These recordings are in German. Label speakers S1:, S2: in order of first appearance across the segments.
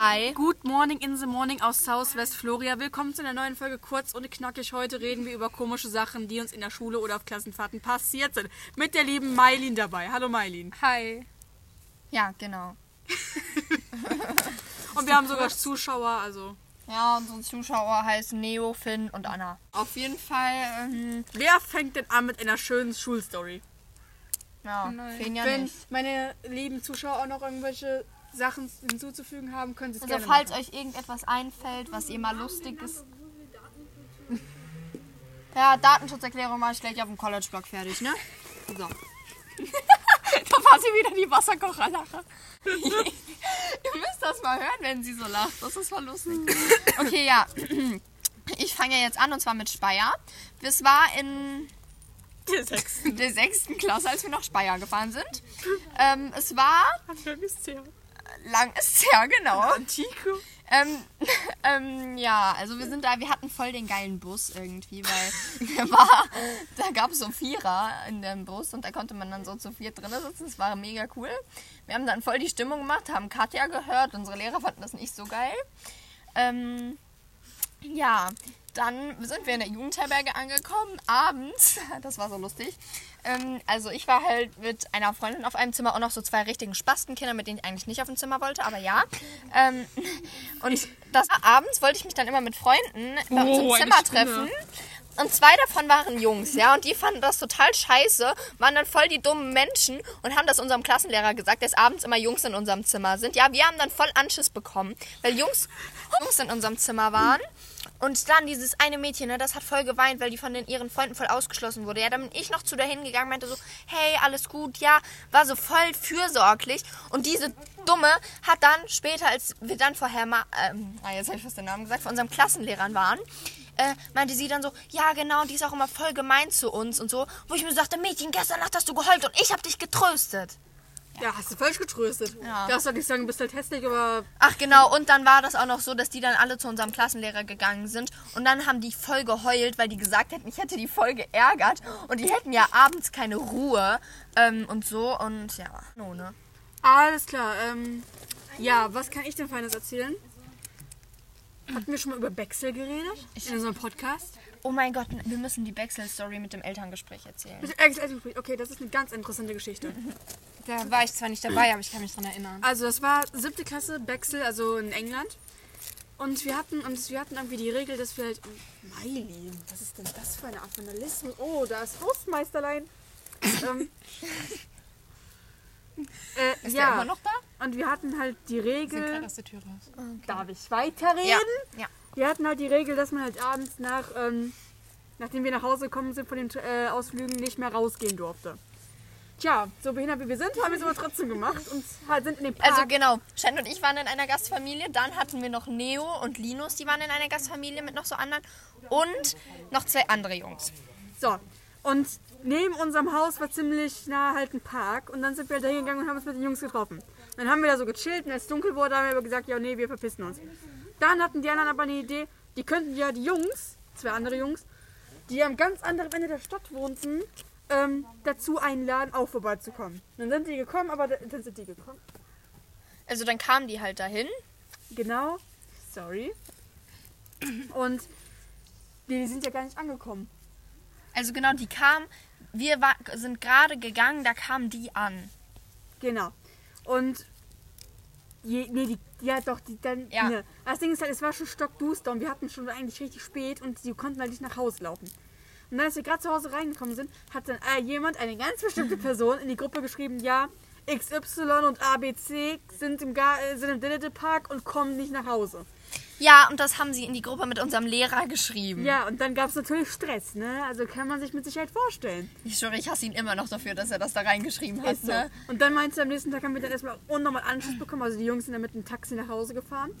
S1: bei Good Morning in the Morning aus Southwest Floria. Willkommen zu einer neuen Folge Kurz und Knackig. Heute reden wir über komische Sachen, die uns in der Schule oder auf Klassenfahrten passiert sind. Mit der lieben Mailin dabei. Hallo Mailin.
S2: Hi. Ja, genau.
S1: Und wir haben sogar Zuschauer, also
S2: Ja, unsere Zuschauer heißen Neo, Finn und Anna. Auf jeden Fall, ähm,
S1: wer fängt denn an mit einer schönen Schulstory?
S2: ja,
S3: Nein.
S2: Finn ja
S1: Wenn
S2: nicht.
S1: meine lieben Zuschauer auch noch irgendwelche Sachen hinzuzufügen haben, können sie es
S2: Also
S1: gerne
S2: falls euch irgendetwas einfällt, was ihr mal lustig ist. Ja, Datenschutzerklärung mache ich gleich auf dem College-Blog fertig, ne? So. da war sie wieder die Wasserkocherlache. Ihr müsst das mal hören, wenn sie so lacht. Das ist voll lustig. Okay, ja. Ich fange ja jetzt an und zwar mit Speyer. Das war in
S1: machen. Sechs.
S2: der sechsten Klasse, als wir nach Speyer gefahren sind. Ähm, es war lang ist ja genau.
S1: Antiko.
S2: Ähm, ähm, ja, also wir sind da, wir hatten voll den geilen Bus irgendwie, weil der war, da gab es so Vierer in dem Bus und da konnte man dann so zu vier drin sitzen. Das war mega cool. Wir haben dann voll die Stimmung gemacht, haben Katja gehört. Unsere Lehrer fanden das nicht so geil. Ähm, ja, dann sind wir in der Jugendherberge angekommen, abends. Das war so lustig. Ähm, also ich war halt mit einer Freundin auf einem Zimmer und noch so zwei richtigen Spastenkindern, mit denen ich eigentlich nicht auf dem Zimmer wollte, aber ja. Ähm, und das abends wollte ich mich dann immer mit Freunden bei uns
S1: Oh,
S2: im
S1: eine
S2: Zimmer
S1: Spinne.
S2: treffen. Und zwei davon waren Jungs, ja, und die fanden das total scheiße, waren dann voll die dummen Menschen und haben das unserem Klassenlehrer gesagt, dass abends immer Jungs in unserem Zimmer sind. Ja, wir haben dann voll Anschiss bekommen, weil Jungs, Jungs in unserem Zimmer waren. Und dann dieses eine Mädchen, ne, das hat voll geweint, weil die von den, ihren Freunden voll ausgeschlossen wurde. Ja, dann bin ich noch zu der hingegangen, meinte so, hey, alles gut, ja, war so voll fürsorglich. Und diese Dumme hat dann später, als wir dann vorher mal, ähm, ah, jetzt habe ich fast den Namen gesagt, von unserem Klassenlehrern waren, äh, meinte sie dann so, ja genau, die ist auch immer voll gemein zu uns und so. Wo ich mir so dachte, Mädchen, gestern Nacht hast du geheult und ich habe dich getröstet.
S1: Ja, hast du falsch getröstet.
S2: Ja.
S1: Darfst du nicht sagen, du bist halt hässlich, aber
S2: Ach genau, und dann war das auch noch so, dass die dann alle zu unserem Klassenlehrer gegangen sind und dann haben die voll geheult, weil die gesagt hätten, ich hätte die voll geärgert und die hätten ja abends keine Ruhe ähm, und so und ja, no, ne?
S1: Alles klar. Ähm, ja, was kann ich denn Feines erzählen? Hatten wir schon mal über Bexel geredet? in unserem Podcast?
S2: Oh mein Gott, wir müssen die Bexel-Story mit dem Elterngespräch erzählen.
S1: Mit dem Alex Eisenbrück. äh, also, Okay, das ist eine ganz interessante Geschichte.
S3: Da war ich zwar nicht dabei, aber ich kann mich dran erinnern.
S1: Also das war siebte Klasse, Bexel, also in England. Und wir hatten und wir hatten irgendwie die Regel, dass wir halt. Miley, was ist denn das für eine Art Vandalismus? Oh, da ist Hausmeisterlein. ähm, äh,
S2: Ist der
S1: ja,
S2: immer noch da?
S1: und wir hatten halt die Regel.
S3: aus der Tür raus.
S1: Darf ich weiterreden?
S2: Ja. ja.
S1: Wir hatten halt die Regel, dass man halt abends nach, ähm, nachdem wir nach Hause gekommen sind von den äh, Ausflügen, nicht mehr rausgehen durfte. Tja, so behindert wie wir sind, haben wir es aber trotzdem gemacht und halt sind in den Park.
S2: Also genau, Shen und ich waren in einer Gastfamilie, dann hatten wir noch Neo und Linus, die waren in einer Gastfamilie mit noch so anderen und noch zwei andere Jungs.
S1: so, und neben unserem Haus war ziemlich nah halt ein Park und dann sind wir da hingegangen und haben uns mit den Jungs getroffen. Dann haben wir da so gechillt und als es dunkel wurde, haben wir aber gesagt, ja nee, wir verpissen uns. Dann hatten die anderen aber eine Idee, die könnten ja die Jungs, zwei andere Jungs, die am ganz anderen Ende der Stadt wohnten, ähm, dazu einladen, auch vorbeizukommen. Dann sind die gekommen, aber da- dann sind die gekommen.
S2: Also dann kamen die halt dahin.
S1: Genau. Sorry. Und die sind ja gar nicht angekommen.
S2: Also genau, die kamen, wir war, sind gerade gegangen, da kamen die an.
S1: Genau. Und je, nee, die, ja doch, die dann.
S2: Ja.
S1: Ne. Das Ding ist halt, es war schon stockduster und wir hatten schon eigentlich richtig spät und die konnten halt nicht nach Hause laufen. Und dann, als wir gerade zu Hause reingekommen sind, hat dann äh, jemand, eine ganz bestimmte Person, in die Gruppe geschrieben, ja, XY und ABC sind im, Ga äh, sind im Dinnete Park und kommen nicht nach Hause.
S2: Ja, und das haben sie in die Gruppe mit unserem Lehrer geschrieben.
S1: Ja, und dann gab es natürlich Stress, ne? Also kann man sich mit Sicherheit vorstellen.
S2: Ich schwöre, ich hasse ihn immer noch dafür, dass er das da reingeschrieben hat.
S1: Ist so.
S2: Ne?
S1: Und dann meinst du, am nächsten Tag haben wir dann erstmal unnormal Anschluss bekommen. Also die Jungs sind dann mit dem Taxi nach Hause gefahren.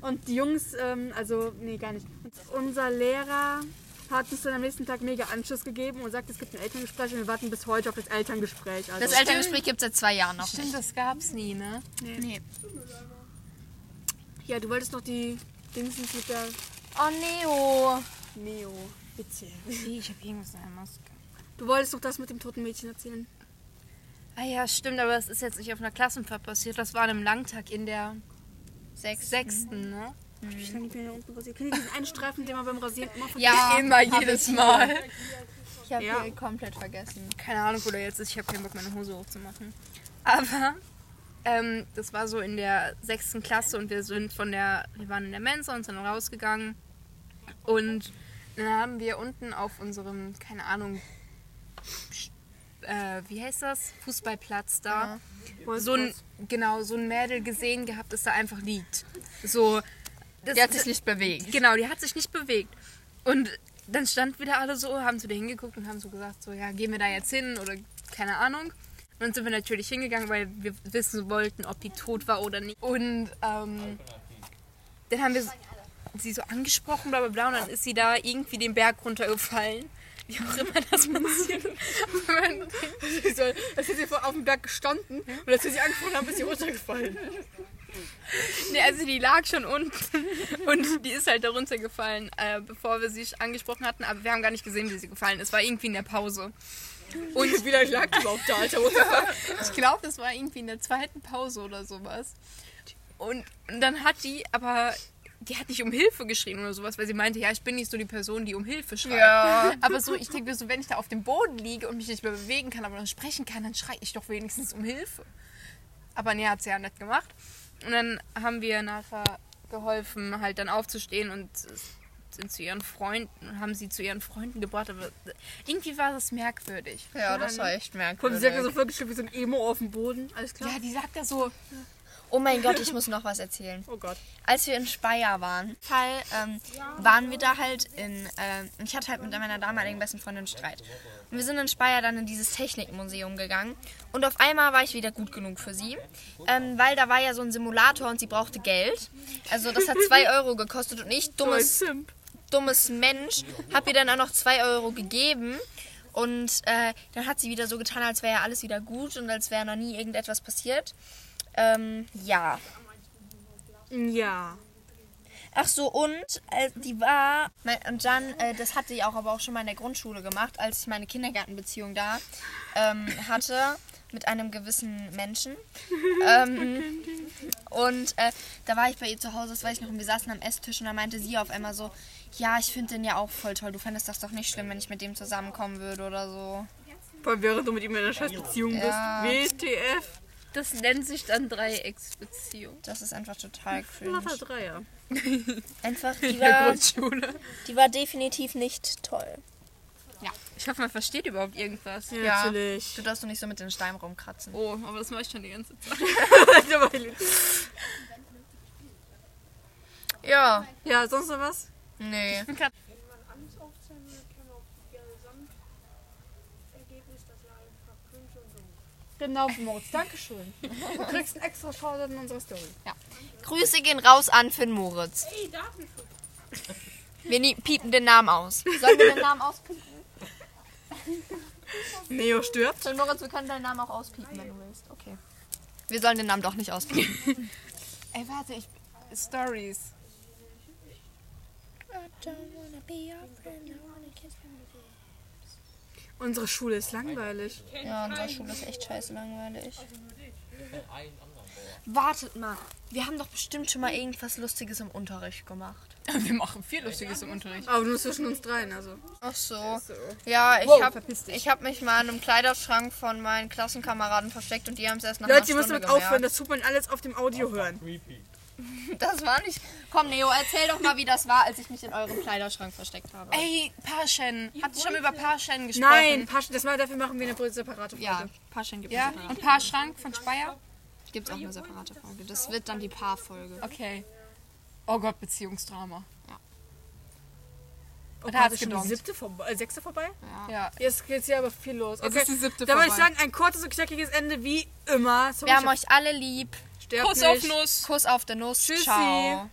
S1: Und die Jungs, ähm, also, nee, gar nicht. Und unser Lehrer hat uns dann am nächsten Tag mega Anschluss gegeben und sagt, es gibt ein Elterngespräch und wir warten bis heute auf das Elterngespräch. Also,
S2: Das Elterngespräch gibt es seit zwei Jahren noch
S3: Stimmt,
S2: nicht.
S3: das gab's nie, ne?
S2: Nee.
S1: ja, du wolltest noch die Dingsens mit der
S2: Oh, Neo.
S1: Neo. Bitte.
S3: Nee, ich habe irgendwas in der Maske.
S1: Du wolltest doch das mit dem toten Mädchen erzählen.
S3: Ah ja, stimmt, aber das ist jetzt nicht auf einer Klassenfahrt passiert. Das war an einem Langtag in der
S2: Sechs.
S3: sechsten, ne?
S1: Ich kann die Beine unten rasieren. Kennt ihr diesen einen Streifen, den man beim Rasieren immer vergisst?
S3: Ja,
S2: Immer jedes Mal. Ich habe
S1: Ja.
S2: hier komplett vergessen.
S3: keine Ahnung, wo der jetzt ist. Ich habe keinen Bock, meine Hose hochzumachen. Aber ähm, das war so in der sechsten Klasse und wir sind von der, wir waren in der Mensa und sind rausgegangen. Und dann haben wir unten auf unserem, keine Ahnung, äh, wie heißt das? Fußballplatz da. So ein, genau, so ein Mädel gesehen gehabt, das da einfach liegt. So. Das,
S2: Die hat sich nicht bewegt.
S3: Genau, die hat sich nicht bewegt. Und dann standen wieder alle so, haben zu dir hingeguckt und haben so gesagt, so, ja, gehen wir da jetzt hin oder keine Ahnung. Und dann sind wir natürlich hingegangen, weil wir wissen wollten, ob die tot war oder nicht. Und ähm, dann haben wir sie so angesprochen, bla bla bla, und dann ist sie da irgendwie den Berg runtergefallen. Wie auch immer das passiert.
S1: Sie soll, das ist sie vor- auf dem Berg gestanden und als wir sie angefangen haben, ist sie runtergefallen.
S3: Nee, also die lag schon unten und die ist halt da runtergefallen, äh, bevor wir sie angesprochen hatten. Aber wir haben gar nicht gesehen, wie sie gefallen ist. War irgendwie in der Pause.
S1: Und wieder lag die überhaupt da, Alter. Runter.
S3: Ich glaube, das war irgendwie in der zweiten Pause oder sowas. Und, und dann hat die, aber die hat nicht um Hilfe geschrien oder sowas, weil sie meinte, ja, ich bin nicht so die Person, die um Hilfe schreit.
S2: Ja.
S3: Aber so, ich denke mir so, wenn ich da auf dem Boden liege und mich nicht mehr bewegen kann, aber noch sprechen kann, dann schreie ich doch wenigstens um Hilfe. Aber nee, hat sie ja nicht gemacht. Und dann haben wir nachher geholfen, halt dann aufzustehen und sind zu ihren Freunden, haben sie zu ihren Freunden gebracht. Aber irgendwie war das merkwürdig.
S2: Ja, das war echt
S1: Und sie hat
S2: merkwürdig.
S1: so wirklich wie so ein Emo auf dem Boden. Alles klar?
S3: Ja, die sagt da so,
S2: Oh mein Gott, ich muss noch was erzählen.
S1: Oh Gott.
S2: als wir in Speyer waren, Fall, ähm, waren wir da halt in. ähm, ich hatte halt mit meiner damaligen besten Freundin Streit. Und wir sind in Speyer dann in dieses Technikmuseum gegangen. Und auf einmal war ich wieder gut genug für sie, ähm, weil da war ja so ein Simulator und sie brauchte Geld. Also das hat 2 Euro gekostet und ich, dummes
S1: Simp.
S2: dummes Mensch, hab ihr dann auch noch 2 Euro gegeben. Und äh, dann hat sie wieder so getan, als wäre ja alles wieder gut und als wäre noch nie irgendetwas passiert. Ähm, ja.
S1: Ja.
S2: Ach so, und äh, die war. Mein, und dann, äh, das hatte ich auch aber auch schon mal in der Grundschule gemacht, als ich meine Kindergartenbeziehung da ähm, hatte mit einem gewissen Menschen. Ähm, und äh, da war ich bei ihr zu Hause, das weiß ich noch, und wir saßen am Esstisch und da meinte sie auf einmal so, ja, ich finde den ja auch voll toll. Du fändest das doch nicht schlimm, wenn ich mit dem zusammenkommen würde oder so.
S1: Vor allem während du mit ihm in einer scheiß Beziehung
S2: Ja.
S1: bist. WTF.
S3: Das nennt sich dann Dreiecksbeziehung.
S2: Das ist einfach total
S1: Flatter
S2: cringe.
S1: Dreier.
S2: Einfach, die war,
S3: Grundschule.
S2: die war definitiv nicht toll.
S3: Ich hoffe, man versteht überhaupt irgendwas.
S2: Ja.
S1: Natürlich.
S2: Du darfst doch nicht so mit den Steinen rumkratzen.
S3: Oh, aber das mache ich schon die ganze Zeit.
S2: Ja,
S1: ja, sonst noch was?
S2: nee.
S4: man alles aufzählen würde, kann man auch die Gesamtergebnis, das war einfach cringe und doof.
S1: Genau, Moritz. Dankeschön. Du kriegst einen extra Shoutout in unserer Story.
S2: Grüße gehen raus an Finn Moritz.
S4: Ey, Datenschutz!
S2: Wir nie- piepen den Namen aus. Sollen wir den Namen auspiepen?
S1: Neo stirbt.
S2: Finn Moritz, wir können deinen Namen auch auspiepen, wenn du willst. Okay. Wir sollen den Namen doch nicht auspiepen.
S3: Ey, warte, ich. Stories.
S1: Unsere Schule ist langweilig.
S2: Ja, unsere Schule ist echt scheiße langweilig.
S1: Also
S2: Wartet mal. Wir haben doch bestimmt schon mal irgendwas Lustiges im Unterricht gemacht.
S3: Wir machen viel Lustiges im Unterricht.
S1: Aber nur zwischen uns dreien, also.
S2: Ach so. Ja, ich
S1: Wow,
S2: hab
S1: verpiss dich.
S2: ich hab mich mal in einem Kleiderschrank von meinen Klassenkameraden versteckt und die haben es erst nach einer
S1: Leute, ihr müsst
S2: Stunde
S1: damit aufhören,
S2: gemerkt.
S1: das tut man alles auf dem Audio hören.
S2: Das war nicht... Komm, Neo, erzähl doch mal, wie das war, als ich mich in eurem Kleiderschrank versteckt habe.
S3: Ey, Parschen. Habt ihr schon mal über Parschen gesprochen?
S1: Nein, Pasch, das mal, dafür machen wir eine separate Folge.
S2: Ja, Paarschein gibt es
S3: Ja? Und Paarschrank von Speyer?
S2: Gibt es auch eine separate Folge. Das wird dann die Paarfolge.
S3: Okay. Oh Gott, Beziehungsdrama.
S1: Oh,
S3: Da hat's
S1: ist schon die
S3: gedonkt.
S1: sechste vorbei. Äh, sechste vorbei?
S3: Ja.
S1: Jetzt geht's hier aber viel los.
S3: Jetzt ist die siebte
S1: Da wollte ich
S3: vorbei.
S1: sagen, ein kurzes und knackiges Ende wie immer. Sorry,
S2: Wir haben
S1: ich
S2: euch alle lieb.
S1: hab- sterbt
S3: Kuss auf
S1: nicht.
S3: Nuss.
S2: Kuss auf den Nuss.
S1: Tschüssi.
S2: Ciao.